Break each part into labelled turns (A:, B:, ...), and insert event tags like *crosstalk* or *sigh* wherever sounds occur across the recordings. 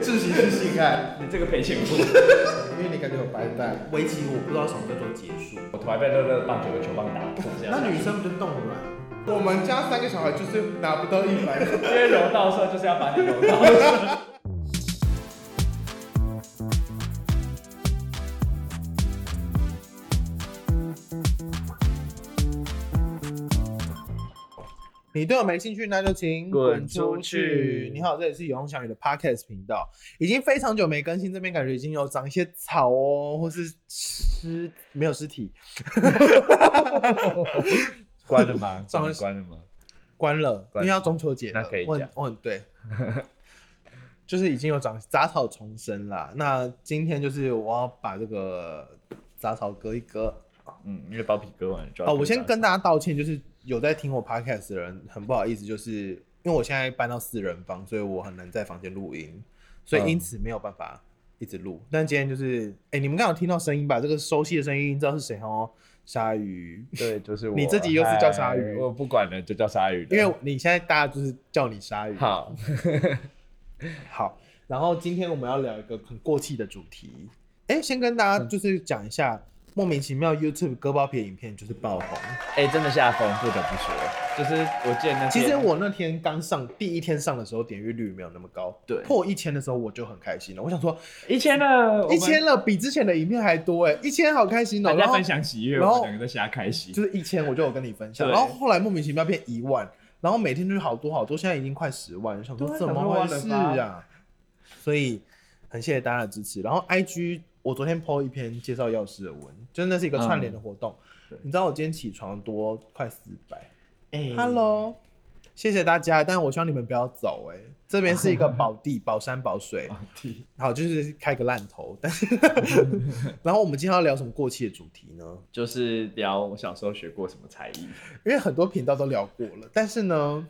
A: 自己试试看，
B: 你这个赔钱货，
A: *laughs* 因为你感觉有白带。
C: 围棋我不知道什么叫做结束，
B: 我头还被乐乐棒球的球棒打破，这样
C: 那女生不就冻卵？
A: 我们家三个小孩就是拿不到一百分，
B: 因为柔道社就是要把你柔道社。
A: 你对我没兴趣，那就请
B: 滚
A: 出
B: 出去
A: 你好，这里是永红小雨的 Podcast 频道，已经非常久没更新，这边感觉已经有长一些草哦，或是尸没有尸体，
B: 关了吗？
A: *laughs*
B: *laughs*
A: 上
B: 关关了吗？
A: 关了，因
B: 关
A: 为要中秋节了，
B: 那可以
A: 我很
B: 讲
A: 我很对，就是已经有长杂草丛生啦。那今天就是我要把这个杂草割一割。
B: 嗯，因为包皮割完了就要
A: 哦，我先
B: 割
A: 跟大家道歉，就是有在听我 podcast 的人，很不好意思，就是因为我现在搬到四人房，所以我很难在房间录音，所以因此没有办法一直录。但今天就是，哎、你们刚好听到声音吧？这个熟悉的声音，知道是谁哦？鲨鱼，
B: 对，就是我。
A: 你自己又是叫鲨鱼
B: 哎我不管了，就叫鲨鱼了。
A: 因为你现在大家就是叫你鲨鱼。
B: 好，
A: 好，然后今天我们要聊一个很过气的主题。哎、先跟大家就是讲一下，莫名其妙 YouTube 割包皮的影片就是爆红。
B: 哎，真的下风，不得不说，就是我见那
A: 其实我那天刚上第一天上的时候，点阅率没有那么高，
B: 对
A: 破一千的时候我就很开心了。我想说，
B: 一千了，
A: 一千了比之前的影片还多哎、一千好开心
B: 大
A: 哦、然
B: 家
A: 后
B: 分享喜悦，
A: 然
B: 我
A: 后
B: 们两个在瞎开心
A: 就。是一千，我就有跟你分享。
B: 对
A: 然后后来莫名其妙变一万，然后每天就是好多好多，现在已经快十万，想说
B: 对啊
A: 怎
B: 想
A: 么
B: 说
A: 回
B: 完了
A: 事
B: 吧
A: 啊？所以很谢谢大家的支持。然后 IG 我昨天 PO 一篇介绍药师的文，就是那是一个串联的活动。
B: 嗯对
A: 你知道我今天起床多快四百、
B: 哎
A: h e l l o 谢谢大家，但我希望你们不要走、哎，这边是一个宝地、宝山、 *laughs* 宝水，好，就是开个烂头。但 *laughs* 是，然后我们今天要聊什么过期的主题呢？
B: 就是聊我小时候学过什么才艺。
A: 因为很多频道都聊过了，但是呢，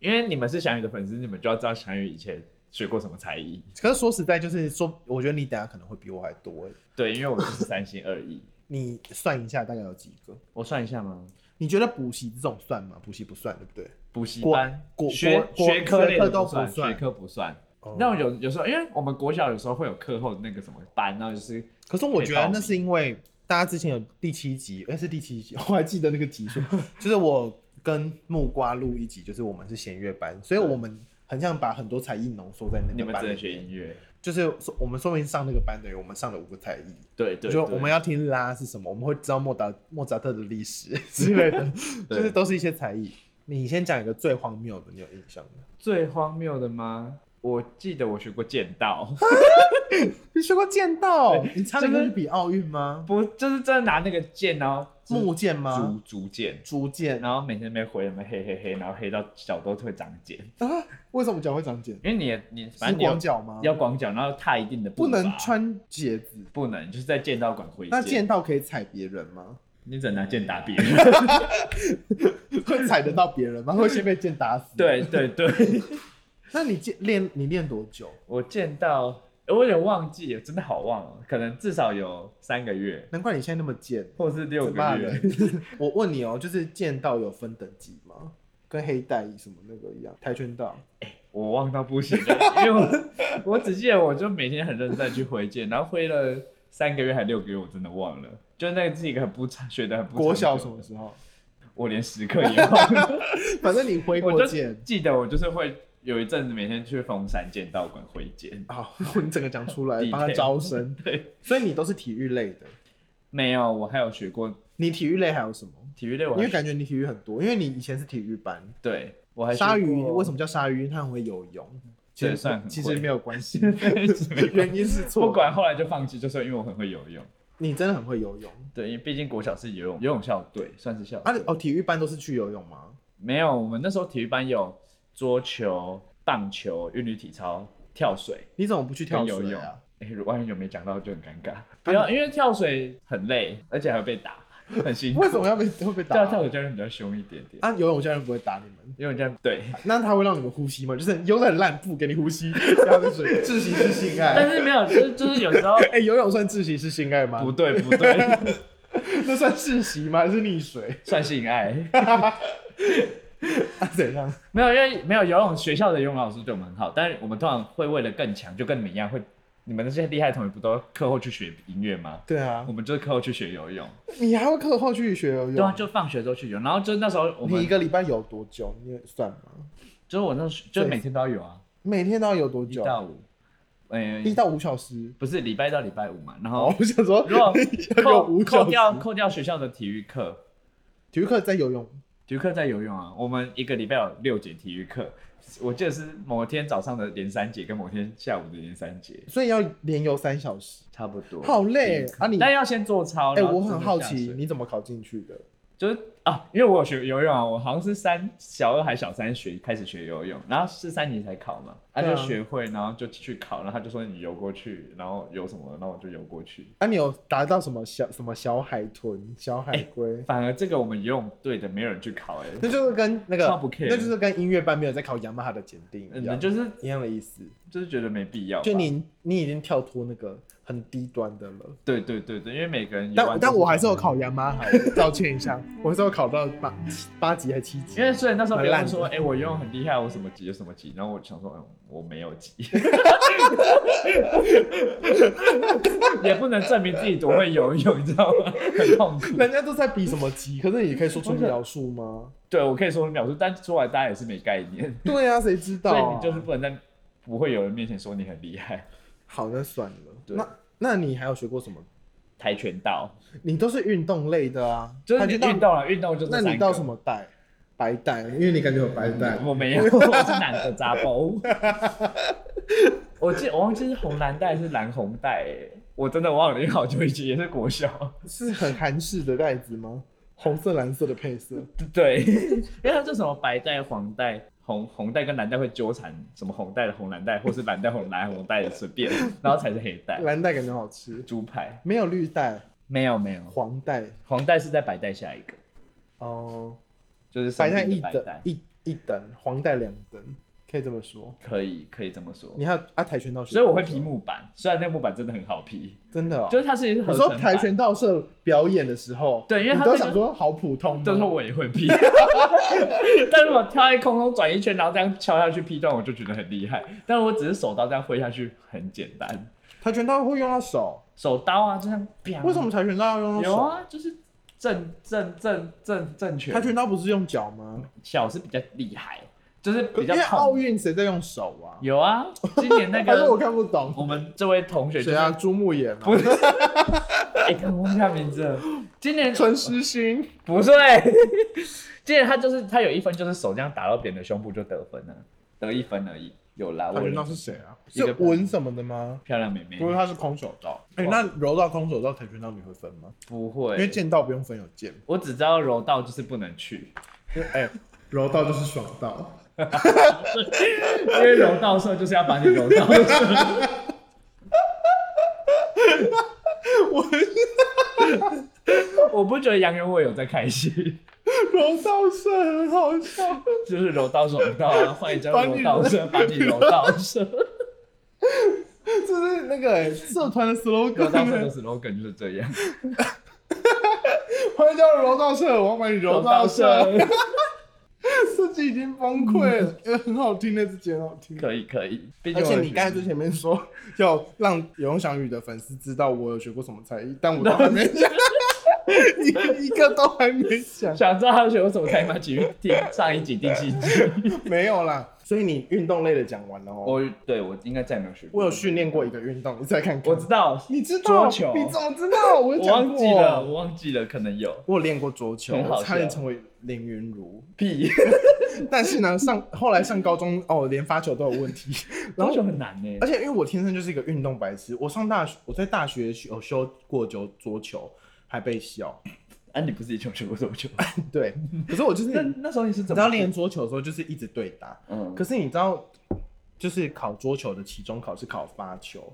B: 因为你们是翔宇的粉丝，你们就要知道翔宇以前学过什么才艺。
A: 可是说实在，就是说，我觉得你等下可能会比我还多欸。
B: 对，因为我就是三心二
A: *laughs*
B: 意。
A: 你算一下大概有几个？
B: 我算一下吗？
A: 你觉得补习这种算吗？补习不算，对不对？
B: 补习
A: 国
B: 班
A: 国
B: 学
A: 国
B: 学科类
A: 学科
B: 的
A: 都
B: 不算，
A: 不算
B: 学科不算
A: 哦。
B: 那我有有时候，因为我们国小有时候会有课后的那个什么班，然后就是
A: 可是我觉
B: 可以
A: 得
B: 报名
A: 那是因为大家之前有第七集，哎、是第七集，我 *laughs* 还记得那个集 *laughs* 数，就是我跟木瓜录一集，就是我们是弦乐班，所以我们很像把很多才艺浓缩在那
B: 你
A: 个
B: 们
A: 班
B: 只
A: 里
B: 能学
A: 面。
B: 音乐。
A: 就是说我们说明上那个班等于我们上了五个才艺，
B: 对对，
A: 就
B: 对
A: 我们要听拉是什么，我们会知道莫达莫扎特的历史之类 *laughs* 的，
B: 对
A: 就是都是一些才艺。你先讲一个最荒谬的，你有印象吗？
B: 最荒谬的吗？我记得我学过剑道， *laughs*
A: 你学过剑道？
B: 对
A: 你差点
B: 就是
A: 跟你比奥运吗？
B: 不就是真的拿那个剑，然后
A: 木剑吗？
B: 竹竹剑，
A: 竹剑
B: 然后每天没回，没黑黑黑，然后黑到脚都会长茧，
A: 啊？为什么脚会长茧？
B: 因为你的你反
A: 是
B: 正你要
A: 光脚吗？
B: 要光脚，然后踏一定的步
A: 不
B: 伐
A: 能，穿鞋子。
B: 不能就是在剑道馆挥
A: 那
B: 剑
A: 剑，道可以踩别人吗？ *laughs*
B: 你只能拿剑打别人。
A: 会踩得到别人
B: *laughs*
A: 吗？会先被剑打死？。
B: 对对对。
A: 那你剑练你练多久？
B: 我见到，我有点忘记，真的好忘哦，可能至少有三个月，
A: 难怪你现在那么贱。
B: 或是六
A: 怎
B: 个
A: 么
B: 月。
A: 人？ *laughs* 我问你哦，就是剑道有分等级吗？跟黑带什么那个一样？跆拳道？
B: 我忘到不行了，因为我我只记得我就每天很认真地去挥剑，然后挥了三个月还六个月，我真的忘了。就那个是一个很不长，学的很不
A: 国
B: 长
A: 小什
B: 久
A: 么
B: 的
A: 时候？
B: 我连时刻也
A: *laughs*
B: 忘了。
A: 反正你挥
B: 我
A: 过
B: 就
A: 剑
B: 记得我就是会有一阵子每天去峰山剑道馆挥剑。
A: *laughs* 啊，你整个讲出
B: *laughs*
A: 来
B: Detail
A: 帮他招生，
B: 对，
A: 所以你都是体育类的。
B: 没有，我还有学过
A: 你体育类还有什么？
B: 体育类，我
A: 因
B: 还
A: 为
B: 学
A: 感觉你体育很多，因为你以前是体育班。
B: 对我还
A: 鲨鱼为什
B: 么？
A: 么叫鲨鱼？因为它很会游泳。其
B: 对
A: 实
B: 算很
A: 其实
B: 会
A: 没有
B: *laughs*
A: 关系，
B: 没有
A: 原因是错。
B: 不管后来就放弃，就是因为我很会游泳。
A: 你真的很会游泳。
B: 对，因为毕竟国小是游泳游泳校队，算是校
A: 啊
B: 队。
A: 哦，体育班都是去游泳吗？
B: 没有，我们那时候体育班有桌球、棒球、韵律体操、跳水、
A: 你怎么不去跳
B: 跟游
A: 水
B: 泳
A: 啊？。
B: 哎、如万一有没讲到就很尴尬。不要，因为跳水很累，而且还会被打，很辛苦。
A: 为什么要被会被打
B: 跳
A: 啊？
B: 跳水教练比较凶一点点，
A: 啊，游泳教练不会打你们，
B: 因为这样对。
A: 那他会让你们呼吸吗？就是游得很烂，不给你呼吸， *laughs* 这样子窒息式性爱。
B: 但是没有，就是就是有时
A: *laughs*
B: 候
A: 哎、游泳算窒息式性爱吗
B: 不？对不对， *laughs*
A: 那算窒息吗？还是溺水？
B: 算性爱。
A: 啊怎样？
B: 没有，因为没有游泳学校的游泳老师对我们很好，但是我们通常会为了更强，就跟你们一样，会你们那些厉害的同学不都课后去学音乐吗？
A: 对啊
B: 我，们就是课后去学游泳，
A: 你还会课后去学游
B: 对啊，
A: 泳？
B: 就放学之后去游泳，然后就那时候我们
A: 你一个礼拜游多久？你有算吗？
B: 就是我那时候就每天都要游啊，
A: 每天都要游多
B: 一
A: 久？
B: 到五，嗯、
A: 一到五小时。
B: 不是礼拜一到礼拜五嘛，然后
A: 哦，我想说，
B: 如
A: *laughs*
B: 果
A: 要游
B: 扣
A: 五
B: 扣
A: 小
B: 掉
A: 时，
B: 扣掉学校的体育课，
A: 体育课在游泳，
B: 体育课在游泳啊，我们一个礼拜有六节体育课，我记得是某天早上的连三节跟某天下午的连三节，
A: 所以要连游三小时，
B: 差不多。
A: 好累啊！你
B: 但要先做操。
A: 哎，
B: 然后
A: 我很
B: 真的
A: 好
B: 下
A: 奇
B: 水
A: 你怎么考进去的？
B: 就是啊，因为我有学游泳啊，我好像是三小二还小三学开始学游泳，然后是三年才考嘛，他、
A: 对
B: 就
A: 啊
B: 学会，然后就去考，然后他就说你游过去，然后游什么，然后我就游过去。
A: 啊，你有达到什么小什么小海豚、小海
B: 哎
A: 龟？
B: 反而这个我们游泳队的没有人去
A: *laughs*
B: 考、哎
A: 那就是跟那个
B: 超不 care，
A: 那就是跟音乐班没有在考雅马哈的检定
B: 哎，
A: 一
B: 嗯，
A: 样，
B: 就是
A: 一样的意思。
B: 就是觉得没必要吧。
A: 就你你已经跳脱那个很低端的了，
B: 对对对对，因为每个人游
A: 但
B: 玩
A: 但
B: 都
A: 我还是有考雅马哈，道歉
B: *laughs*
A: 一下，我还是有考到八八级还七级
B: 因。为虽然那时候别人说，
A: 蛮
B: 哎、
A: 烂
B: 我游泳很厉害，我什么级有什么级，然后我想说，嗯，我没有级， *laughs* 也不能证明自己多会游泳，你知道吗？很痛苦。
A: 人家都在比什么级，可是你可以说出描述吗？
B: 对，我可以说是秒数，但出来大家也是没概念，
A: 对啊，谁知道
B: 所
A: 啊、
B: 以你就是不能在不会有人面前说你很厉害。
A: 好，那算了。
B: 对
A: 那那你还有学过什么？
B: 跆拳道
A: 你都是运动类的啊，
B: 就是
A: 跆
B: 你
A: 拳
B: 运
A: 道。
B: 动了，运动就是
A: 那你到
B: 到
A: 什？么带？白带，因为你感觉有白带。
B: 我没有，我是男的扎
A: *laughs*
B: 包。我记我忘记是红蓝带还是蓝红带、欸，我真的忘了，因为好久以前也是国小。
A: 是很韩式的袋子吗？红色、蓝色的配色，
B: 对， *laughs* 因为它这什么白带、黄带、红红带跟蓝带会纠缠，什么红带的红蓝带，或是蓝带红蓝红带的随便，然后才是黑带。
A: 蓝带感觉好吃。
B: 猪排
A: 没有绿带，
B: 没有没有，
A: 黄带
B: 黄带是在白带下一个，
A: 哦，
B: 就是生
A: 白
B: 命的
A: 带一
B: 白
A: 等
B: 带，
A: 一一等，黄带两等，可以这么说。
B: 可以可以这么说。
A: 你还有啊，跆拳道学
B: 所以我会
A: 过
B: 劈
A: 吗，
B: 木板，虽然那个木板真的很好劈，
A: 真的、哦。
B: 就是它是一个合
A: 你
B: 成
A: 说
B: 板
A: 跆拳道社表演的时候，
B: 对因为
A: 你
B: 他
A: 都
B: 那个
A: 想说好普通吗，
B: 这时候我也会
A: *laughs*
B: 劈，但是我跳在空中转一圈，然后这样敲下去劈断，我就觉得很厉害。但是我只是手刀这样挥下去，很简单，
A: 跆拳道会用到手，
B: 手刀啊，就像啪
A: 为什么跆拳道要用到
B: 有
A: 手？
B: 啊，就是正正正正正确。
A: 跆拳道不是用脚吗？
B: 小是比较厉害，就是比
A: 可因
B: 较
A: 为奥
B: 痛。
A: 运谁在用手啊？
B: 有啊，今年那
A: *laughs* 反正我
B: 个
A: 看不懂。
B: 我们这位同学就
A: 谁
B: 是，
A: 啊？朱木炎啊
B: 不？是，哎、看我忘记他名字了。今年
A: 陈诗 *laughs* 勋？
B: 不是， *laughs* 今年他就是他有一分，就是手这样打到别人的胸部就得分了，得一分而已。有啦，
A: 跆
B: 我
A: 拳道是谁啊？
B: 一个
A: 是文什么的吗？
B: 漂亮妹妹，
A: 不啊是，他是空手道。哎、
B: 哇
A: 那柔道、空手道、跆拳道你会分吗？
B: 不
A: 因为
B: 会，
A: 剑道不用分，有剑。
B: 我只知道柔道就是不能去，
A: 因为哎、柔道就是爽道。
B: 因为柔道社就是要把你柔道社。
A: 我
B: *laughs* 我不觉得杨永伟有在开心。
A: *laughs*
B: *laughs*
A: 柔道是很好笑，
B: 就是柔道手道啊，换一张柔道社，把你柔道
A: *laughs*
B: 社，
A: 这是那个、哎社团的
B: 柔道社
A: slogan
B: 的。slogan 就是这样，
A: 欢迎加入柔道社，我要买你柔道社。设计已经崩溃 *laughs* 了，呃很好听，那支节很好听。
B: *laughs* 可以可以，毕竟
A: *laughs* 而
B: 我
A: 且
B: 有
A: 你刚才
B: 学
A: 最前面说 *laughs* 要让游泳小雨的粉丝知道我有学过什么才艺，但我都还没 *laughs* 讲，你一个都还没讲，
B: 想知道他学过什么开吗？请去听上一集第七集。
A: *laughs* 没有啦。所以你运动类的讲完了哦。
B: *laughs* 我对我应该再也没有学过，
A: 我有训练过一个运动，你再看看。
B: 我知道，
A: 你知道？
B: 桌球
A: 你怎么知道？我有
B: 我
A: 讲
B: 忘
A: 过。
B: 记了，我忘记了，可能有
A: 我有练过桌球，
B: 很好
A: 我差点
B: 笑
A: 成为凌云如。 *laughs*
B: 屁，
A: 但是呢，上后来上高中哦，连发球都有问题。
B: 桌
A: 然后
B: 球很难呢
A: 而。且因为我天生就是一个运动白痴，我上大学我在大学有修过桌桌球，还被笑。 *laughs*
B: 啊，你不是以前有学过桌球？
A: 对，可是我就是
B: 那
A: 你
B: 那时候你是怎
A: 知道
B: 么
A: 练？桌球的时候就是一直对打，
B: 嗯，
A: 可
B: 可
A: 是你知道。就是考桌球的期中考是考发球，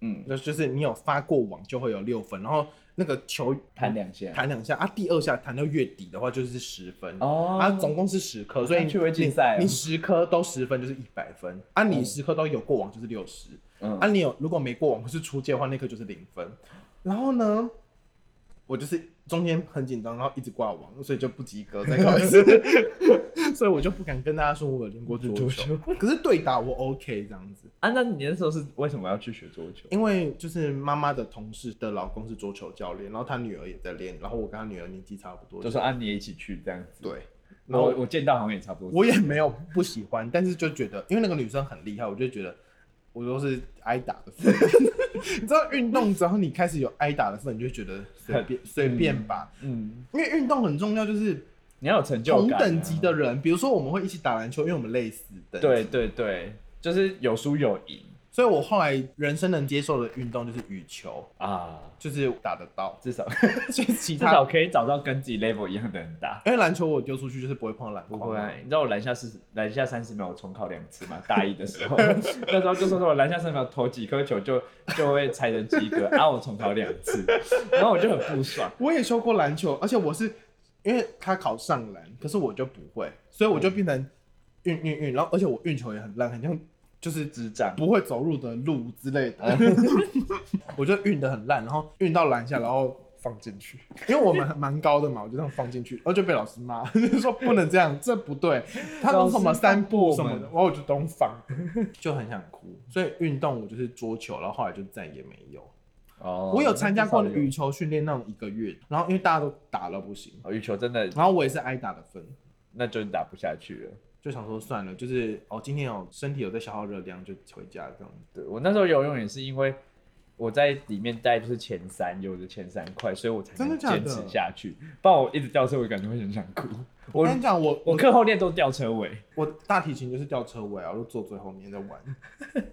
B: 嗯，
A: 那就是你有发过网就会有六分，然后那个球
B: 弹两下
A: 弹两下啊，第二下弹到月底的话就是十分
B: 哦
A: 啊，总共是十颗，所以
B: 啊趣味
A: 你
B: 竞赛哦
A: 你十颗都十分就是一百分啊，
B: 哦
A: 你十颗都有过网就是六十、
B: 嗯
A: 啊，你有如果没过网或是出界的话，那颗就是零分。然后呢，我就是中间很紧张，然后一直挂网，所以就不及格，再搞一次。所以我就不敢跟大家说我有练过桌
B: 桌
A: 球，可是对打我 OK 这样子，
B: 啊，那你那时候是为什么要去学桌球？
A: 因为就是妈妈的同事的老公是桌球教练，然后她女儿也在练，然后我跟她女儿年纪差不多，
B: 就是按你也一起去这样子。，
A: 对，然
B: 我
A: 后
B: 我见到好像也差不多。
A: 我也没有不喜欢，但是就觉得，因为那个女生很厉害，我就觉得我都是挨打的份。你知道运动只要你开始有挨打的份，你就觉得随便随便吧，
B: 嗯，
A: 因为运动很重要，就是
B: 你要有成就
A: 同
B: 感啊。
A: 等级的人，比如说我们会一起打篮球，因为我们类似的，
B: 对对对，就是有输有赢
A: 所以我后来人生能接受的运动就是羽球，
B: 啊，
A: 就是打得到，
B: 至少
A: *laughs* 所以其
B: 至
A: 他
B: 少可以找到跟自己 level 一样的人打。
A: 因为篮球我丢出去就是不会碰到篮
B: 不
A: 筐，
B: 会啊，你知道我篮下是篮下三十秒，我重考两次嘛？大一的时候， *laughs* 那时候就说什么篮下三十秒投几颗球就就会才能及格， *laughs* 啊，我重考两次，然后我就很不
A: *laughs*
B: 爽。
A: 我也修过篮球，而且我是因为他考上篮，可是我就不会，所以我就变成运运运，然后而且我运球也很烂，很像就是哎
B: 智障，
A: 不会走路的路之类的， *laughs* 我就运的很烂，然后运到篮下，然后放进去，因为我们很蛮高的嘛，我就这样放进去，然后就被老师骂， *laughs* 就说不能这样，这不对，他都什么三步什么的，然后我就东放， *laughs* 就很想哭，所以运动我就是桌球，然后后来就再也没有。
B: 哦
A: 我有参加过羽
B: 羽
A: 球训练那种一个月，然后因为大家都打了不行，
B: 哦羽球，真的
A: 然后我也是挨打的分，
B: 那就打不下去了。
A: 就想说算了，就是哦今天有身体有在消耗热量就回家这样子。
B: 对我那时候游泳也是因为我在里面带就是前三，有的前三块，所以我才
A: 真的
B: 能
A: 假的
B: 坚持下去。不然我一直掉车尾，感觉会很想哭。
A: 我
B: 我
A: 跟你讲，我
B: 我
A: 我
B: 课后练都掉车尾，
A: 我大提琴就是吊车尾啊，我就坐最后面在玩，
B: *laughs*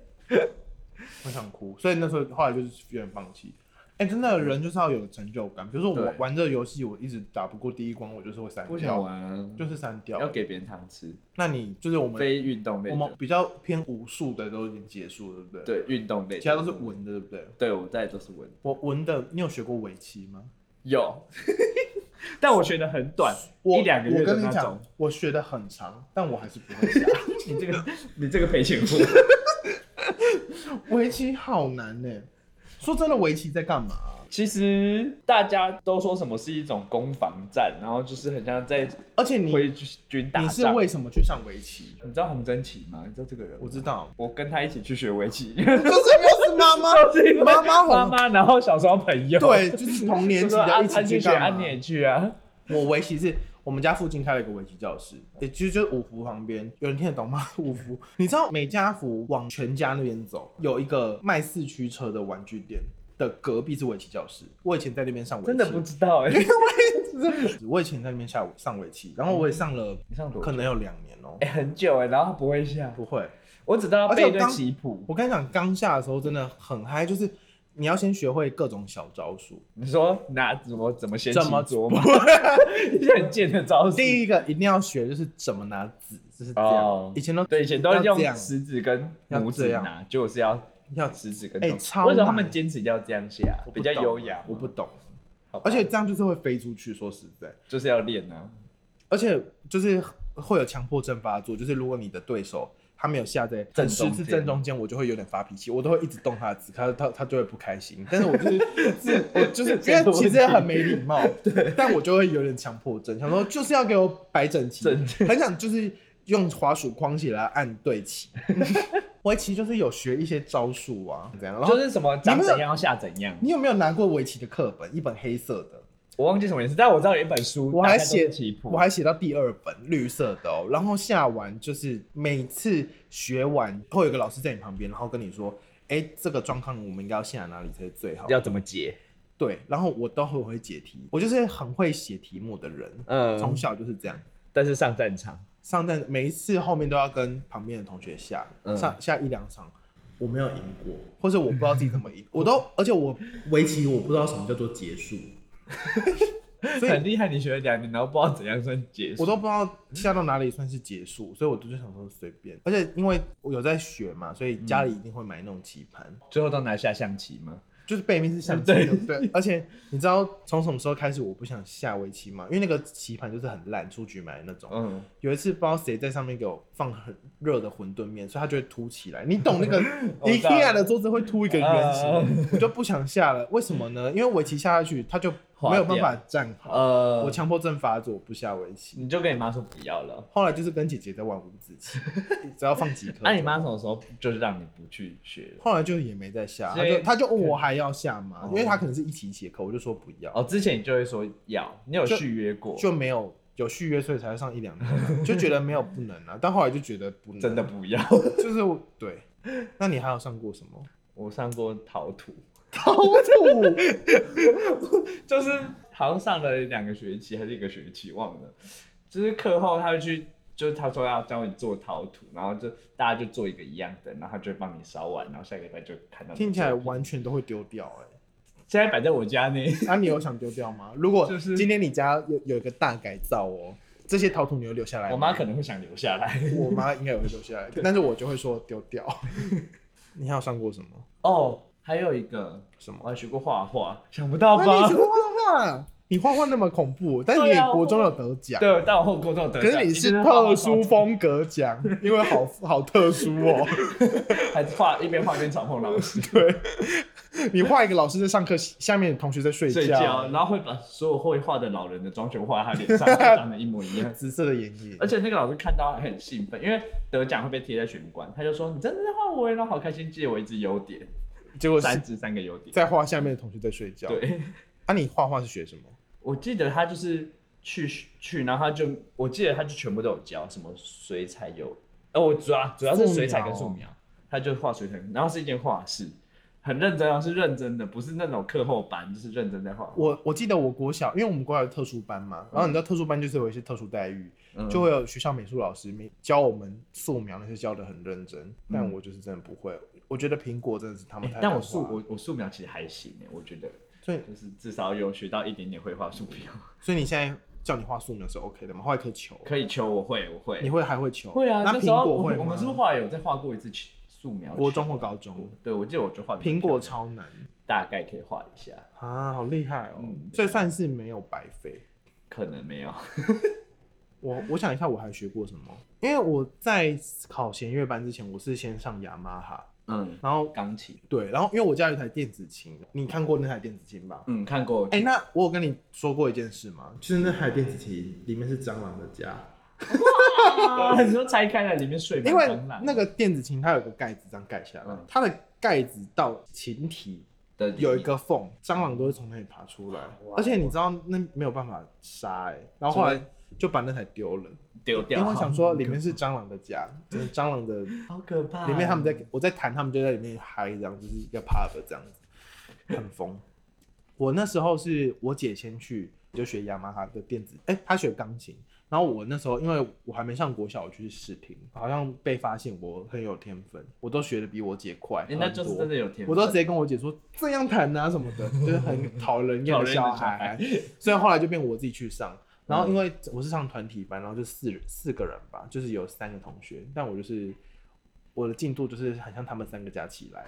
A: 我想哭，所以那时候后来就是有点放弃。哎、真的人就是要有成就感，比如说我
B: 对
A: 玩这个游戏，我一直打不过第一关，我就是会删
B: 不想
A: 掉，
B: 玩啊，
A: 就是删掉。
B: 要给别人糖吃，
A: 那你就是我们
B: 非运动类
A: 我
B: 的。
A: 们比较偏武术的都已经结束了，对不对？
B: 对，运动类的，
A: 其他都是文的，对不对？
B: 对我带的都是文
A: 我文的，你有学过围棋吗？
B: 有， *laughs* 但我学的很短，
A: 我
B: 一两个月
A: 我
B: 的
A: 跟你
B: 那
A: 讲 *laughs*
B: 种。，
A: 我学的很长，但我还是不会
B: *laughs*
A: 下。
B: 你这个你这个赔
A: *laughs*
B: 钱货，
A: 围棋好难呢、说真的，围棋在干嘛、
B: 其实大家都说什么是一种攻防战，然后就是很像在
A: 而且你
B: 挥军打
A: 你是
B: 仗。
A: 为什么去上围棋？
B: 你知道洪真奇吗？你知道这个人吗？
A: 我知道，
B: 我跟他一起去学围棋，
A: 就是又
B: *laughs*
A: 是妈妈
B: 就是因为
A: 妈妈
B: 妈
A: 红，
B: 妈，然后小时候朋友，
A: 对，就是同年
B: 就 *laughs*
A: 级
B: 说啊，
A: 的一
B: 他
A: 起
B: 去
A: 去
B: 学，
A: 干
B: 啊
A: 嘛
B: 你？也去啊，
A: 我围棋是我们家附近开了一个围棋教室，也其实就是五福旁边，有人听得懂吗？五福，你知道美家福往全家那边走，有一个卖四驱车的玩具店的隔壁是围棋教室，我以前在那边上围棋，
B: 真的不知道哎、
A: 我以前在那边下午上围棋，然后我也上了
B: 你上多久
A: 可能有两年哦、
B: 嗯哎、很久哎、然后他不会下，
A: 不会。
B: 我只知道
A: 而
B: 他
A: 且我
B: 背对
A: 刚
B: 棋谱。
A: 我跟你讲，刚下的时候真的很嗨，就是你要先学会各种小招数。
B: 你说拿怎么怎么先
A: 怎么
B: 捉吗？ *laughs* 一些很贱的招式。
A: 第一个一定要学就是怎么拿纸，就是这样。
B: 哦
A: 以前都
B: 对，以前都是
A: 要这
B: 用
A: 样
B: 食指跟拇
A: 要这
B: 指
A: 样
B: 拿，就是要
A: 要
B: 食指跟
A: 哎
B: 拇指。
A: 超
B: 为什么他
A: 难
B: 们坚持一定要这样写啊
A: 我？不
B: 比较
A: 懂
B: 优雅嘛。
A: 我不懂，
B: 好吧，
A: 而且这样就是会飞出去。说实在，
B: 就是要练啊。
A: 而且就是会有强迫症发作，就是如果你的对手。他没有下在
B: 正
A: 很十
B: 中
A: 字
B: 间
A: 正中间，我就会有点发脾气，我都会一直动他的字，他他他就会不开心。但是我就是是，我就是因为其实也很没礼貌， *laughs* 对，但我就会有点强迫症，想说就是要给我摆 *laughs* 整齐，
B: 整
A: 很想就是用滑鼠框起来按对齐。 *laughs* 围棋就是有学一些招数啊，这样。然后
B: 就是什么长
A: 们
B: 怎样要下怎样，
A: 你有没有拿过围棋的课本？一本黑色的，
B: 我忘记什么颜色，但我知道有一本书，
A: 我还
B: 大家都
A: 写
B: 是棋谱，
A: 我还写到第二本绿色的哦。然后下完就是每次学完，会有个老师在你旁边，然后跟你说：“哎、这个状况我们应该要下哪里才是最好
B: 要怎么解？？”
A: 对，然后我都很会解题，我就是很会写题目的人，从
B: 嗯，
A: 小就是这样。
B: 但是上战场，
A: 上战每一次后面都要跟旁边的同学下，
B: 嗯
A: 上下一两场。我没有赢过，或者我不知道自己怎
B: *laughs*
A: 么赢，我都而且我围棋我不知道什么叫做结束，所以
B: 很厉害，你学了两年，然后不知道怎样算解释。
A: 我都不知道下到哪里算是结束，所以我就想说随便。而且因为我有在学嘛，所以家里
B: 嗯
A: 一定会买那种棋盘，
B: 最后都拿下象棋吗？
A: 就是背面是象棋，对不对。而且你知道从什么时候开始我不想下围棋吗？因为那个棋盘就是很烂，出局买的那种。
B: 嗯，
A: 有一次不知道谁在上面给我放很热的馄饨面，所以它就会凸起来。你懂那
B: *laughs*
A: 个
B: 我知道
A: IKEA 的桌子会凸一个圆
B: 啊
A: 形，我就不想下了。为什么呢？因为围棋下下去，它就
B: 划
A: 没有
B: 掉
A: 办法站好。
B: 呃，
A: 我强迫症发作，不下围棋。
B: 你就跟你妈说不要了。
A: 后来就是跟姐姐在玩五子
B: *laughs*
A: 棋，只要放几
B: 啊
A: 颗。
B: 那、你妈什么时候就是让你不去学了？
A: 后来就也没再下，
B: 所
A: 她
B: 以
A: 就她就问我还要下吗？
B: 哦
A: 因为她可能是一起一起的课，我就说不要，
B: 哦，之前你就会说要，你有
A: 就
B: 续约过，
A: 就没有有续约，所以才上一
B: *laughs*
A: 两课，就觉得没有不能啊。但后来就觉得不能，
B: 真的不要。
A: 就是我对。那你还有上过什么？
B: 我上过陶土，
A: 陶土，
B: *laughs* 就是好像上了两个学期还是一个学期，忘了。就是课后他会去，就是他说要教你做陶土，然后就大家就做一个一样的，然后他就会帮你烧完，然后下个礼拜就看到你的作品。
A: 听起来完全都会丢掉哎、
B: 现在摆在我家内，
A: 那、你有想丢掉吗？如果
B: 就是
A: 今天你家有有一个大改造哦，这些陶土你有留下来吗？
B: 我妈可能会想留下来。
A: 我妈应该也会留下来，但是我就会说丢
B: *laughs*
A: 掉。你还有上过什么？
B: 哦，还有一个
A: 什么
B: 我还学过画画，想不到
A: 那你
B: 哦吧
A: 只？会画画，你画画那么恐怖，但是
B: 对啊
A: 你国中有得奖，
B: 对，但我后高中得
A: 可
B: 奖，
A: 是你
B: 一
A: 是
B: 边画画
A: 特殊，风格奖，因为好好特殊哦。
B: *laughs* 还是画一边画一边嘲讽老师
A: 你画一个老师在上课，下面同学在睡
B: 睡觉，然后会把所有会画的老人的妆全画在他脸上，就长得一模一样。
A: 紫色的眼影，
B: 而且那个老师看到还很兴奋，因为得奖会被贴在玄关，他就说：“你真的在画我耶，然后好开心，借我一支优点，
A: 结果
B: 三
A: 是
B: 支三个优点。
A: 在画下面的同学在睡”觉。
B: 对，
A: 啊，你画画是学什么？
B: 我记得他就是去去，然后他就我记得他就全部都有教什么水彩油，呃，我主要主要是水彩跟素
A: 素
B: 描，他就画水彩，然后是一间画室，很认真哦，是认真的，不是那种课后班，就是认真在画。
A: 我我记得我国小，因为我们国小有特殊班嘛，然后你知道特殊班就是有一些特殊待遇，
B: 嗯
A: 就会有学校美术老师没教我们素描，那些教的很认真，但
B: 嗯
A: 我就是真的不会。我觉得苹果真的是他们
B: 欸
A: 太难
B: 但
A: 画了、
B: 我素我我素描其实还行耶我觉得
A: 所以
B: 就是至少有学到一点点绘画素描， *laughs*
A: 所以你现在叫你画素描是 OK 的吗？画一颗球，
B: 可以求我会我会
A: 你。会还会球？
B: 会啊，
A: 那
B: 那
A: 苹
B: 时候
A: 果
B: 我
A: 会
B: 们我们是不是
A: 吗？
B: 后来有再画过一次球素描球，
A: 国中或高中，
B: 对，我记得我就画得
A: 苹果
B: 很漂亮
A: 超难
B: 大概可以画一下，
A: 啊，好厉害哦！
B: 嗯
A: 所以算是没有白费。
B: 可能没有。
A: 我我想一下，我还学过什么？因为我在考弦乐班之前，我是先上雅马哈，
B: 嗯，
A: 然后
B: 钢琴，
A: 对，然后因为我家有一台电子琴，你看过那台电子琴吧？
B: 嗯，看过。
A: *laughs* 哎、那我有跟你说过一件事吗？就是那台电子琴里面是蟑螂的家，
B: 啊你说拆开了里面睡满
A: 因为
B: 蟑螂
A: 那个电子琴它有个盖子这样盖下来，
B: 嗯
A: 它的盖子到琴体
B: 的里
A: 有一
B: 面，
A: 个缝，蟑螂都会从那里爬出来
B: 哇，
A: 而且你知道那没有办法杀哎、然后后来就把那台丢了，
B: 丢掉，
A: 因为我想说里面是蟑螂的家，就是蟑螂的
B: 好可怕。
A: 里面他们在我在弹，他们就在里面嗨，这样就是一个 pub 这样子，很疯。我那时候是我姐先去就学雅马哈的电子，哎、她学钢琴，然后我那时候因为我还没上国小，我去试听，好像被发现我很有天分，我都学的比我姐快
B: 哎，
A: 很
B: 那就是
A: 多
B: 真的有天分，
A: 我都直接跟我姐说这样弹啊什么的，就是很讨人厌
B: 讨厌的
A: 的小
B: 小
A: 孩
B: 孩。
A: 所以后来就变我自己去上，然后因为我是上团体班，然后就四人四个人吧，就是有三个同学，但我就是我的进度就是很像他们三个加起来。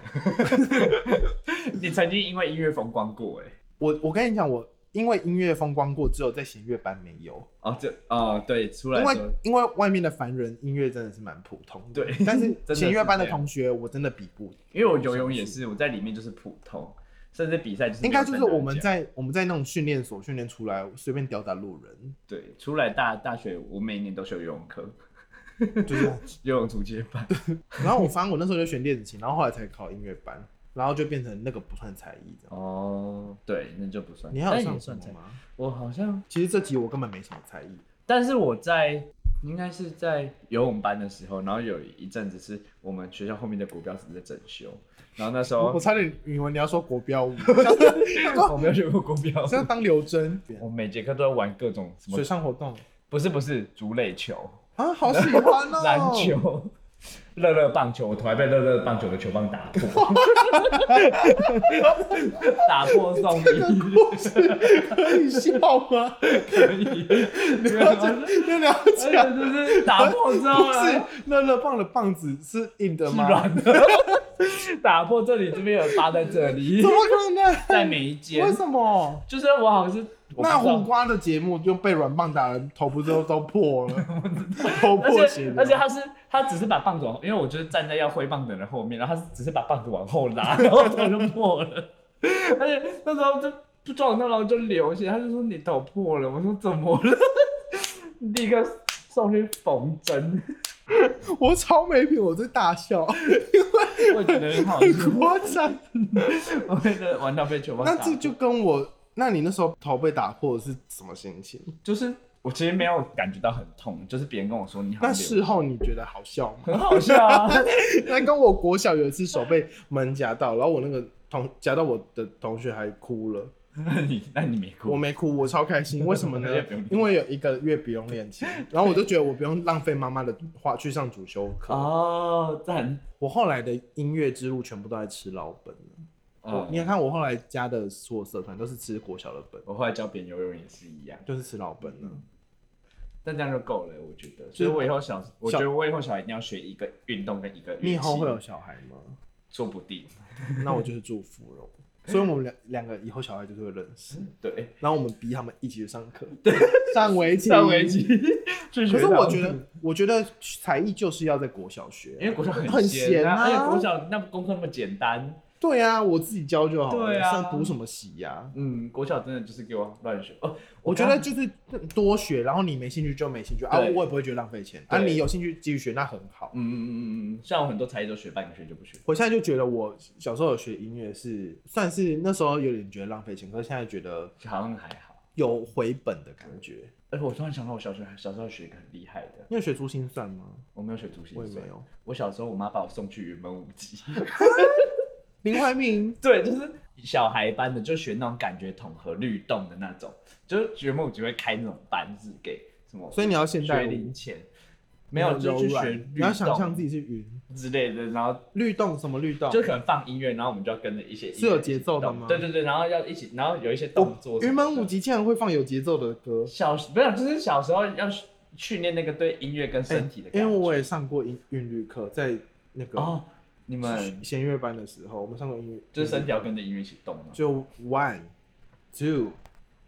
B: *laughs* 你曾经因为音乐风光过，哎，
A: 我我跟你讲，我因为音乐风光过，只有在弦乐班没有，
B: 哦，这哦，对，出来
A: 因
B: 的
A: 为
B: 时候
A: 因为外面的凡人音乐真的是蛮普通的，
B: 对
A: *laughs* 但是
B: *laughs* 真的是
A: 弦乐班的
B: 这样
A: 同学我真的比不
B: 因为我游泳也是，我在里面就是普通，甚至比赛就是
A: 应该就
B: 没
A: 是
B: 有
A: 我们
B: 拿奖
A: 在我们在那种训练所训练出来，随便吊打路
B: *laughs*
A: 人，
B: 对出来大大学，我每年都修游泳课， *laughs*
A: 就是
B: 游泳初阶班。
A: 然后我反正我那时候就选电子琴，然后后来才考音乐班，然后就变成那个不算才艺这样。
B: 哦，对，那就不算。
A: 你还有
B: 但也
A: 上什
B: 算
A: 么
B: 才
A: 吗？
B: 我好像，
A: 其实这集我根本没什么才艺，
B: 但是我在应该是在游泳班的时候，然后有一阵子是我们学校后面的国标只是在整修，然后那时
A: 我
B: 候
A: 差点以为你要说国标舞，
B: 我没有学过国标，
A: 像当刘真
B: 我每节课都在玩各种什么
A: 水，上活动
B: 不是不是竹垒球、
A: 啊，好喜欢哦！
B: 篮，球、乐乐棒球，我头还被乐乐棒球的球棒打
A: *laughs*
B: 破，打破送医
A: 可以笑吗？
B: 可以，
A: 你要讲，你要
B: 而且
A: 讲，
B: 哎就是打破之后
A: 不
B: 呢。
A: 是乐乐棒的棒子是硬的
B: 是
A: 吗？
B: 软的， *laughs* 打破这里，这边有疤在这里
A: 怎，么可能？
B: 在每一间
A: 为，什么？
B: 就是我好像是我不知
A: 那
B: 道
A: 苦瓜的节目就被软棒打人头部都都破了，头破
B: 而
A: 血
B: 且
A: 流。
B: 而且他是他只是把棒子往，因为我就是站在要挥棒的人 *laughs* 后面，然后他是只是把棒子往后拉，然后他就破了，而且那时候就。就撞到，然后就流血。他就说你头破了，我说怎么了？ *laughs* 立刻送去缝针，
A: 我超没品，我在大笑，
B: 我觉得很好
A: 很
B: 笑，
A: 夸张。
B: 我觉得玩到被球棒
A: 那
B: 打
A: 这就跟我，那你那时候头被打破是什么心情？
B: 就是我其实没有感觉到很痛，就是别人跟我说你好
A: 那
B: 像流
A: 事后你觉得好笑吗？ *laughs*
B: 很好笑 *laughs* 啊，
A: 那跟我国小有一次手被门夹到，然后我那个同夹到我的同学还哭了，
B: 那你那你没
A: 我
B: 哭，
A: 没哭，我超开心。为什么呢
B: 因为 *laughs* 不用？
A: 因为有一个月不用
B: *laughs*
A: 练琴，然后我就觉得我不用浪费妈妈的话去上主修课。
B: 哦，赞，
A: 我后来的音乐之路全部都在吃老本了。
B: 嗯，
A: 你看我后来加的所有社团都是吃国小的本，
B: 我后来教别人游泳也是一样，
A: 就是吃老本了。
B: 但这样就够了，我觉得。所以我以后小，我觉得我以后小孩一定要学一个运动跟一个乐器
A: 你以后会有小孩吗？
B: 说不定，
A: 那我就是祝福了。所以我们两两个以后小孩就是会认识，
B: 对，
A: 然后我们逼他们一起去上课， *laughs* 上围棋，
B: 上围。
A: *laughs*
B: 棋。可
A: 可是我觉得，我觉得才艺就是要在国小学，
B: 因为国小
A: 很
B: 闲
A: 闲啊
B: 而且国小那功课那么简单，
A: 对啊，我自己教就好了，
B: 对啊
A: 上补什么习呀、
B: 嗯，国小真的就是给我乱学哦。
A: 我觉
B: 刚
A: 得就是多学，然后你没兴趣就没兴趣啊，我
B: 对
A: 也不会觉得浪费钱啊。
B: 对
A: 你有兴趣继续学，那很好。
B: 嗯嗯嗯嗯嗯，像我很多才艺都学半个学期就不学，
A: 我现在就觉得我小时候有学音乐是算是那时候有点觉得浪费钱，可是现在觉得
B: 好像还好。
A: 有回本的感觉。
B: 而且我突然想到，我小学小时候学一个很厉害的，
A: 你有学珠心算吗？
B: 我没有学珠心
A: 我也
B: 算
A: 没。有。
B: 我小时候，我妈把我送去云门舞
A: *laughs*
B: 集。
A: 林怀民，
B: 对，就是小孩班的，就学那种感觉统合律动的那种，就是学木只会开那种班，是给什么
A: 所以你要现
B: 学
A: 代舞，
B: 零钱，没有就
A: 柔
B: 去学
A: 软
B: 律
A: 你要想象自
B: 动
A: 己是云
B: 之类的，然后
A: 律动什么律动？
B: 就可能放音乐，然后我们就要跟着一些
A: 是有节奏的吗哦
B: 对对对，然后要一起，然后有一些动作什么的。
A: 云门舞集竟然会放有节奏的歌，
B: 小不是就是小时候要训练那个对音乐跟身体的感
A: 哎因
B: 觉，
A: 为我也上过音韵律课，在那个
B: 哦，你们
A: 弦乐班的时候，我们上过音乐，
B: 就是身体要跟着音乐一起动嘛。
A: 就 one two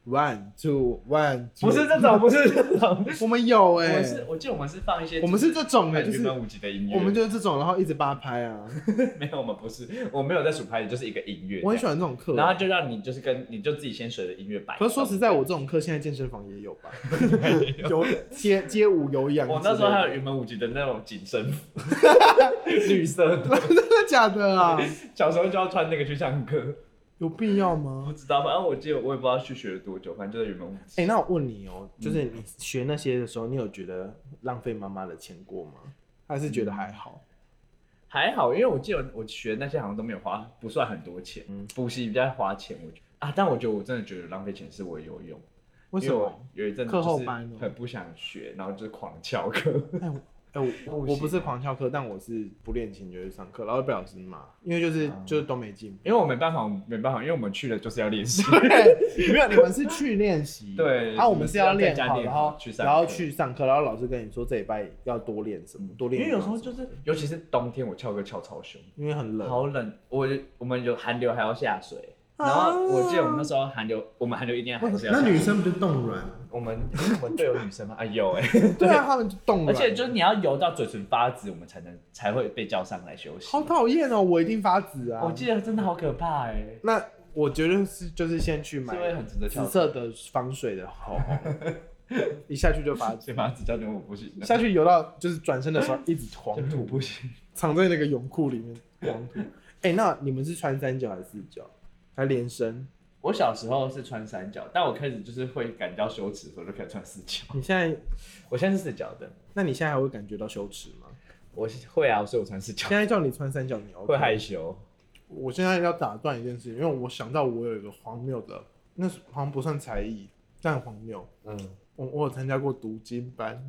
A: one two one，two
B: 不是这种，不是这种，
A: 我们有
B: 我
A: 哎、
B: 们是，我记得我们是放一些，
A: 我们是这种哎、
B: 感
A: 就
B: 觉
A: 是
B: 蛮无极的音乐，
A: 我们就是这种，然后一直八拍啊，
B: *laughs* 没有，我们不是，我没有在数拍子，就是一个音乐，
A: 我很喜欢这种课。
B: 然后就让你就是跟你就自己先随着音乐摆。
A: 可是说实在，我这，种课现在健身房也
B: *laughs*
A: 有吧，有街街舞有氧之类的，
B: 我那时候还有云门舞集的那种紧身
A: *laughs*
B: 服，绿色的，
A: 真的假的啊？
B: 小时候就要穿那个去上课，
A: 有必要
B: 不
A: 吗？
B: 知道，反啊正我记得我也不知道去学了多久，反正就在云门舞集。
A: 哎、那我问你哦、就是你学那些的时候，你有觉得浪费妈妈的钱过吗？还是觉得还好？
B: 还好，因为我记得我学那些好像都没有花，不算很多钱，嗯，补习比较花钱，我觉得啊，但我觉得我真的觉得浪费钱是我有用，
A: 为
B: 因
A: 什
B: 为
A: 么
B: 我？有一阵子
A: 课后
B: 就是
A: 班哦
B: 很不想学，然后就是狂翘课。
A: 哎、我哎、我
B: 不
A: 我不
B: 行
A: 是狂翘课，但我是不练琴就去上课，然后被老师骂，因为就是、
B: 嗯
A: 就是都
B: *laughs*
A: 没进步。
B: 因为我没办法，我没办法，因为我们去了就是要练习。
A: 对，没有，你们是去练习，
B: 对
A: 啊，我们是要练
B: 在家
A: 好，
B: 练
A: 然
B: 好
A: 后
B: 去上
A: 然后
B: 课嗯
A: 去上课，然后老师跟你说这礼拜要多练什么，多
B: 因
A: 练
B: 为
A: 运
B: 有
A: 动
B: 时
A: 什么。
B: 候就是， *laughs* 尤其是冬天，我翘课翘超凶，
A: 因为很冷，
B: 好冷。我我们有寒流还要下水，然后我记得我们那时候寒流，我们寒流一定要还是要下
C: 那
B: 水。
C: 女生不就冻卵？
B: 我们我们队有女生 *laughs* 吗？啊有哎、
A: 对啊，他们就冻
B: 而
A: 了，
B: 且就是你要游到嘴唇发紫，我们才能才会被叫上来休息。
A: 好讨厌哦，我一定发紫啊。
B: 我记得真的好可怕哎、
A: 那我觉得是就是先去买
B: 是会很值得翘课
A: 紫色的防水的
B: *laughs*
A: 好，一下去就发紫，
B: 先把指教练我不行，
A: 下去游到就是转身的时候一直狂
B: 我不行。
A: 藏在那个泳裤里面狂吐。 *laughs* 哎、那你们是穿三角还是四角？还连身？
B: 我小时候是穿三角，但我开始就是会感到羞耻的时候，就开始穿四角。
A: 你现在，
B: 我现在是四角的，
A: 那你现在还会感觉到羞耻吗？
B: 我是会啊，所以我穿四角 *laughs*
A: 现在叫你穿三角，你 OK？
B: 会害羞。
A: 我现在要打断一件事情，因为我想到我有一个荒谬的，那是好像不算才艺，但很荒谬。
B: 嗯。
A: 我我有参加过读经班， *laughs*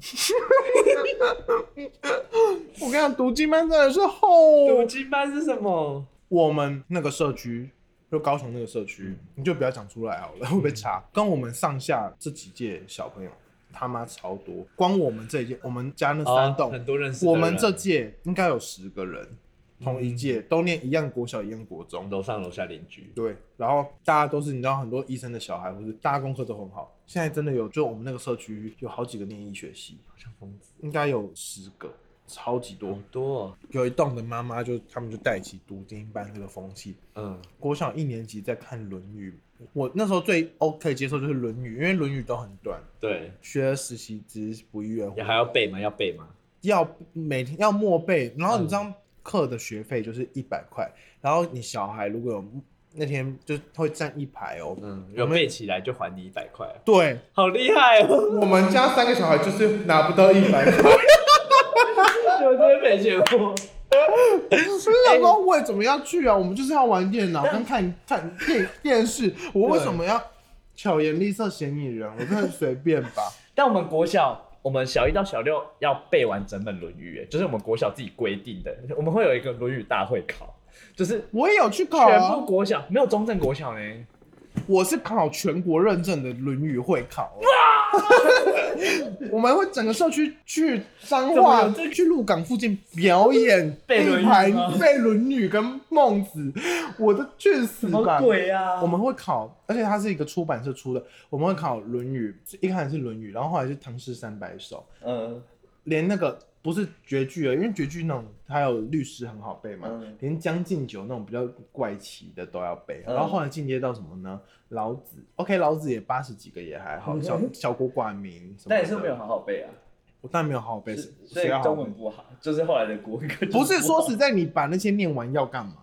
A: 我跟你讲，读经班真的是
B: 读
A: 后
B: 经班是什么？
A: 我们那个社区，就高雄那个社
B: 嗯
A: 区，你就不要讲出来好了，会被查。跟我们上下这几届小朋友，他妈超多，光我们这一届，我们家那三栋、
B: 哦很多认识的
A: 我
B: 人。嗯
A: 们这届应该有十个人，同一届、都念一样国小一样国中。
B: 楼上楼下邻居，
A: 对，然后大家都是你知道很多医生的小孩，或者大家功课都很好。现在真的有，就我们那个社区有好几个念医学系，
B: 好像疯子。
A: 应该有十个，超级多
B: 好。多、哦，
A: 有一栋的妈妈就他们就带起读经班这个风气。
B: 嗯，
A: 国小一年级在看《论语》，我那时候最 OK 接受就是《论语》，因为《论语》都很短，
B: 对，
A: 学而时习之，不亦乐乎
B: 要。还要背吗？要背吗？
A: 要每天要默背，然后你
B: 嗯
A: 这样课的学费就是一百块，然后你小孩如果有那天就是会站一排哦。
B: 嗯，有背起来就还你一百块，
A: 对
B: 好厉害 *laughs* 哦！
A: 我们家三个小孩就是拿不到一百块，
B: 我真的没见过。
A: 所以老公为什么要去啊？我们就是要玩电脑跟看看电电视，我为什么要巧言厉色嫌疑人？我真的随便吧。
B: 但我们国小，我们小一到小六要背完整本《论语》，哎就是我们国小自己规定的，我们会有一个《论语》大会考，就是
A: 我也有去考、
B: 全部
A: 啊，
B: 国小没有中正国小呢。
A: 我是考全国认证的《论语》会
B: *laughs*
A: 考。我们会整个社区去彰化
B: 怎么有、这
A: 去鹿港附近表演
B: 背论语
A: 一排
B: 吗
A: 背《论语》跟孟子，我都去死
B: 什
A: 吧
B: 么！鬼啊！
A: 我们会考，而且它是一个出版社出的，我们会考《论语》，一开始是《论语》，然后后来是《唐诗三百首》，
B: 嗯
A: 连那个不是绝句了，因为绝句那种还有律诗很好背嘛，
B: 嗯
A: 连《将进酒》那种比较怪奇的都要背。
B: 嗯
A: 然后后来进阶到什么呢？老子，OK，老子也八十几个也还好，小小国寡民什
B: 嗯
A: 么的。
B: 但也是没有，好好背啊，
A: 我当然没有好好背，
B: 是
A: 是
B: 所以
A: 谁要好
B: 中
A: 好背
B: 文不好，就是后来的国歌
A: 不是说
B: 是
A: 实在，你把那些念完要干嘛？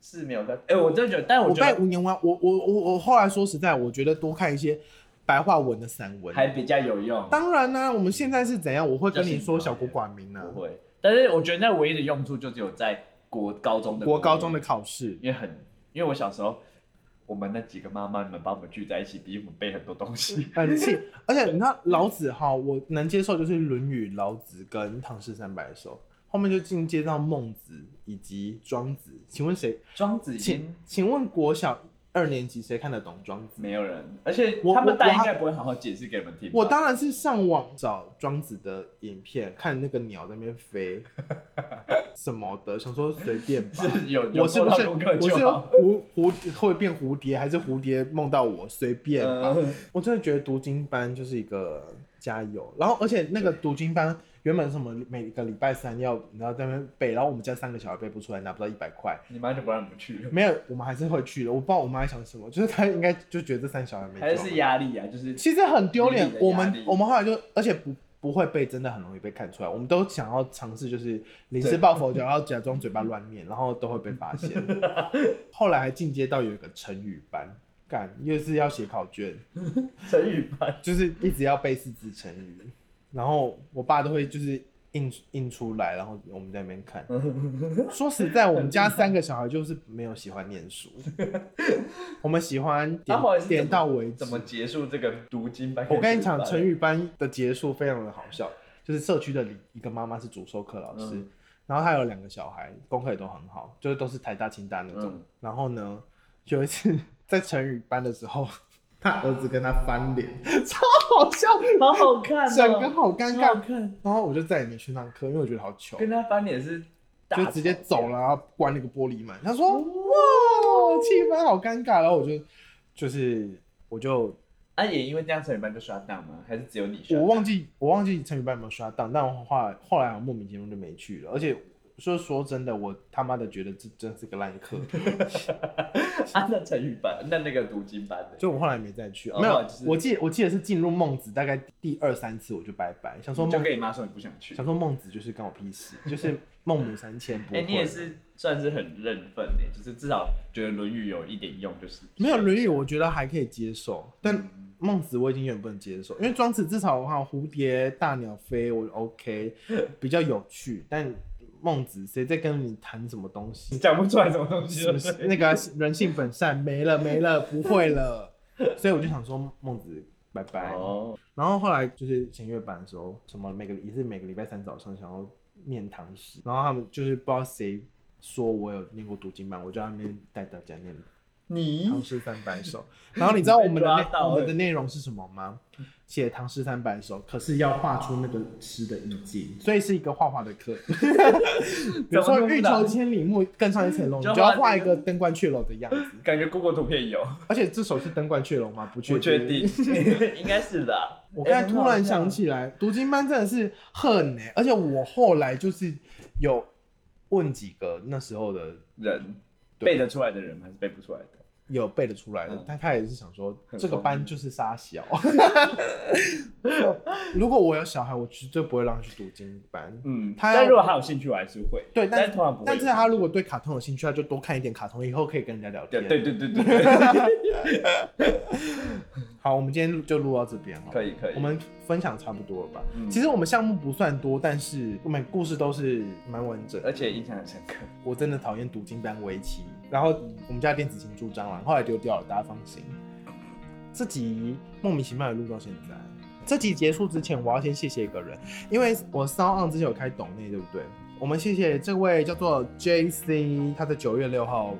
B: 是没有的。哎，我真的觉得，但我
A: 我
B: 觉
A: 背
B: 得
A: 五年完，我我我我后来说实在，我觉得多看一些白话文的散文。
B: 还比较有用，
A: 当然呢、我们现在是怎样？我会跟你说
B: 就是
A: 小国寡民啊呢、
B: 不会。但是我觉得那唯一的用处就只有在国高中的
A: 国高中
B: 的，
A: 的考试。
B: 因为很，因为我小时候。我们那几个妈妈们把我们聚在一起，逼我们背很多东西。
A: 很气。而且你知道老子哈，我能接受就是《论语》、老子跟《唐诗三百首》，后面就进阶到孟子以及庄子。请问谁？
B: 庄子已经
A: 请请问国小二年级谁看得懂庄子？
B: 没有人，而且
A: 我
B: 他们大
A: 我
B: 家
A: 我
B: 应该不会好好解释给你们听吧。
A: 我当然是上网找庄子的影片，看那个鸟在那
B: *laughs*
A: 边飞什么的，想说随便吧。
B: 是有 *laughs* 有
A: 我是
B: 做
A: 不
B: 到
A: 是
B: 功课
A: 我
B: 就是好。 *laughs*
A: 蝴蝴会变蝴蝶，还是蝴蝶梦到我？随便吧。
B: 嗯
A: 我真的觉得读经班就是一个加油，然后而且那个读经班原本是什么每个礼拜三要你知道在那边背，然后我们家三个小孩背不出来，拿不到一百块，
B: 你妈就不让你们去，
A: 没有，我们还是会去的。我不知道我妈在想什么，就是她应该就觉得这三小孩没
B: 还
A: 救
B: 是
A: 了
B: 压力啊，就是 *laughs*
A: 其实很丢脸
B: 心理。的
A: 我
B: 压
A: 们
B: 力
A: 我们后来就，而且不不会背，真的很容易被看出来。我们都想要尝试，就是临时
B: 对
A: 抱佛脚，然后假装嘴巴乱念，然后都会被发现。后来还进阶到有一个成语班，干又是要写考卷，
B: 成语班。
A: 就是一直要背四字成语，然后我爸都会就是印印出来，然后我们在那边看。说实在，我们家三个小孩就是没有喜欢念书，我们喜欢点
B: 啊后来是怎么
A: 点到为止。
B: 怎么结束这个读经班？
A: 我跟你讲，成语班的结束非常的好笑，就是社区的里一个妈妈是主授课老师，
B: 嗯
A: 然后她有两个小孩，功课也都很好，就是都是台大、清大那种。
B: 嗯
A: 然后呢，有一次 *laughs* 在成语班的时候，他儿子跟他翻脸，超好笑，
B: *laughs* 好好看
A: 整个
B: 哦，
A: 好尴
B: 好
A: 尬
B: 好。看，
A: 然后我就再也没去上课，因为我觉得好糗，
B: 跟他翻脸是大
A: 就直接
B: 吵
A: 走
B: 架。
A: 了，然后关那个玻璃门。他说：“
B: 哦
A: 哇，气氛好尴尬。”然后我就就是我就
B: 啊，也因为这样成语班就刷档吗？还是只有你刷？
A: 我忘记我忘记成语班有没有刷档，但我后来后来我莫名其妙就没去了。而且说说真的，我他妈的觉得这真是个烂课，
B: *laughs* 啊，那成语班，那那个读经班的，
A: 所以我后来没再去。
B: 哦
A: 没
B: 后
A: 有
B: 来就是，
A: 我记得我记得是进入孟子大概第二三次我就拜拜，想说
B: 你就
A: 孟
B: 跟你妈说你不想去。
A: 想说孟子就是干我屁事，就是孟母三迁
B: *laughs*
A: 不
B: 哎、
A: 会。
B: 你也是算是很认份的，就是至少觉得《论语》有一点用，就是
A: 没有《伦理》，我觉得还可以接受，但孟子我已经有点不能接受，因为庄子至少的话，蝴蝶、大鸟飞我 OK，比较有趣，但孟子谁在跟你谈什么东西？
B: 讲不出来什么东西 *laughs*
A: 是不是那个啊人性本善没了没了，不会了。所以我就想说孟子拜拜。
B: 哦，
A: 然后后来就是弦乐班的时候，什么每个也是每个礼拜三早上想要念唐诗，然后他们就是不知道谁说我有念过读经班，我就在那边带大家念
B: 你
A: 唐诗三百首。然后你知道我们的
B: 嗯 *laughs* 被抓到
A: 内
B: 了
A: 我们的内容是什么吗？写唐诗三百首，可是要画出那个诗的意境，所以是一个画画的
B: *laughs*
A: 课。比
B: 怎
A: 如
B: 么
A: 说
B: 弄
A: “欲
B: 的
A: 穷千里目，更上一层楼”，你
B: 就
A: 就要
B: 画
A: 画一
B: 那
A: 个登鹳雀楼的样子。
B: 感觉 Google 图片有，
A: 而且这首是登鹳雀楼吗？不确
B: 不确定，
A: *laughs*
B: 哎应该是的。
A: 我刚才突然想，起来，读经班真的是恨呢、欸而且我后来就是有问几个那时候的
B: 人
A: 对
B: 背得出来的人还是背不出来的。
A: 有背得出来的
B: 嗯，
A: 但他也是想说
B: 很
A: 这个
B: 聪
A: 班
B: 明
A: 就是
B: *laughs*
A: 傻小。如果我有小孩，我绝对不会让他去读经班。
B: 嗯，
A: 他
B: 但
A: 要
B: 如果他有兴趣，我还是会。
A: 对，
B: 但
A: 但
B: 是通常不会。
A: 但是他如果对卡通有兴趣，他就多看一点卡通，以后可以跟人家聊
B: 对
A: 天。
B: 对，对对对对， *laughs*
A: 好，我们今天就录到这边好了
B: 可以可以
A: 我们分享差不多了吧？
B: 嗯
A: 其实我们项目不算多，但是我们故事都是蛮完整的
B: 而且印象很深刻。
A: 我真的讨厌读经班围棋，然后我们家电子琴住蟑螂，后来丢掉了，大家放心。这集莫名其妙的录到现在。这集结束之前，我要先谢谢一个人，因为我 Sound On 之前有开懂内，对不对？我们谢谢这位叫做 JC，他在九月六号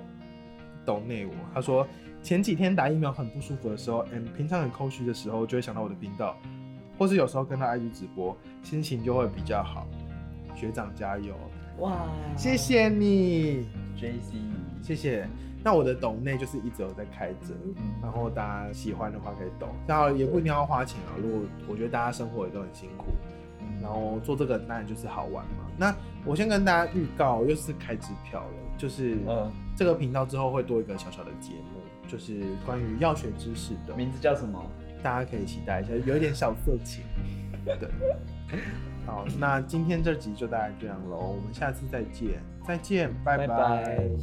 A: 懂内我，他说前几天打疫苗很不舒服的时候，and 平常很空虚的时候，就会想到我的频道，或是有时候跟他 IG 直播，心情就会比较好。学长加油！
B: 哇，
A: 谢谢你，
B: JC，
A: 谢谢。那我的抖内就是一直有在开着，
B: 嗯
A: 然后大家喜欢的话可以抖，然后也不一定要花钱啊。如果我觉得大家生活也都很辛苦，然后做这个当然就是好玩嘛。那我先跟大家预告，又是开支票了，就是
B: 嗯
A: 这个频道之后会多一个小小的节目，就是关于药学知识的，
B: 名字叫什么？
A: 大家可以期待一下，有一点小色 *laughs* 情。对，好，那今天这集就大概这样喽，我们下次再见，再见，拜拜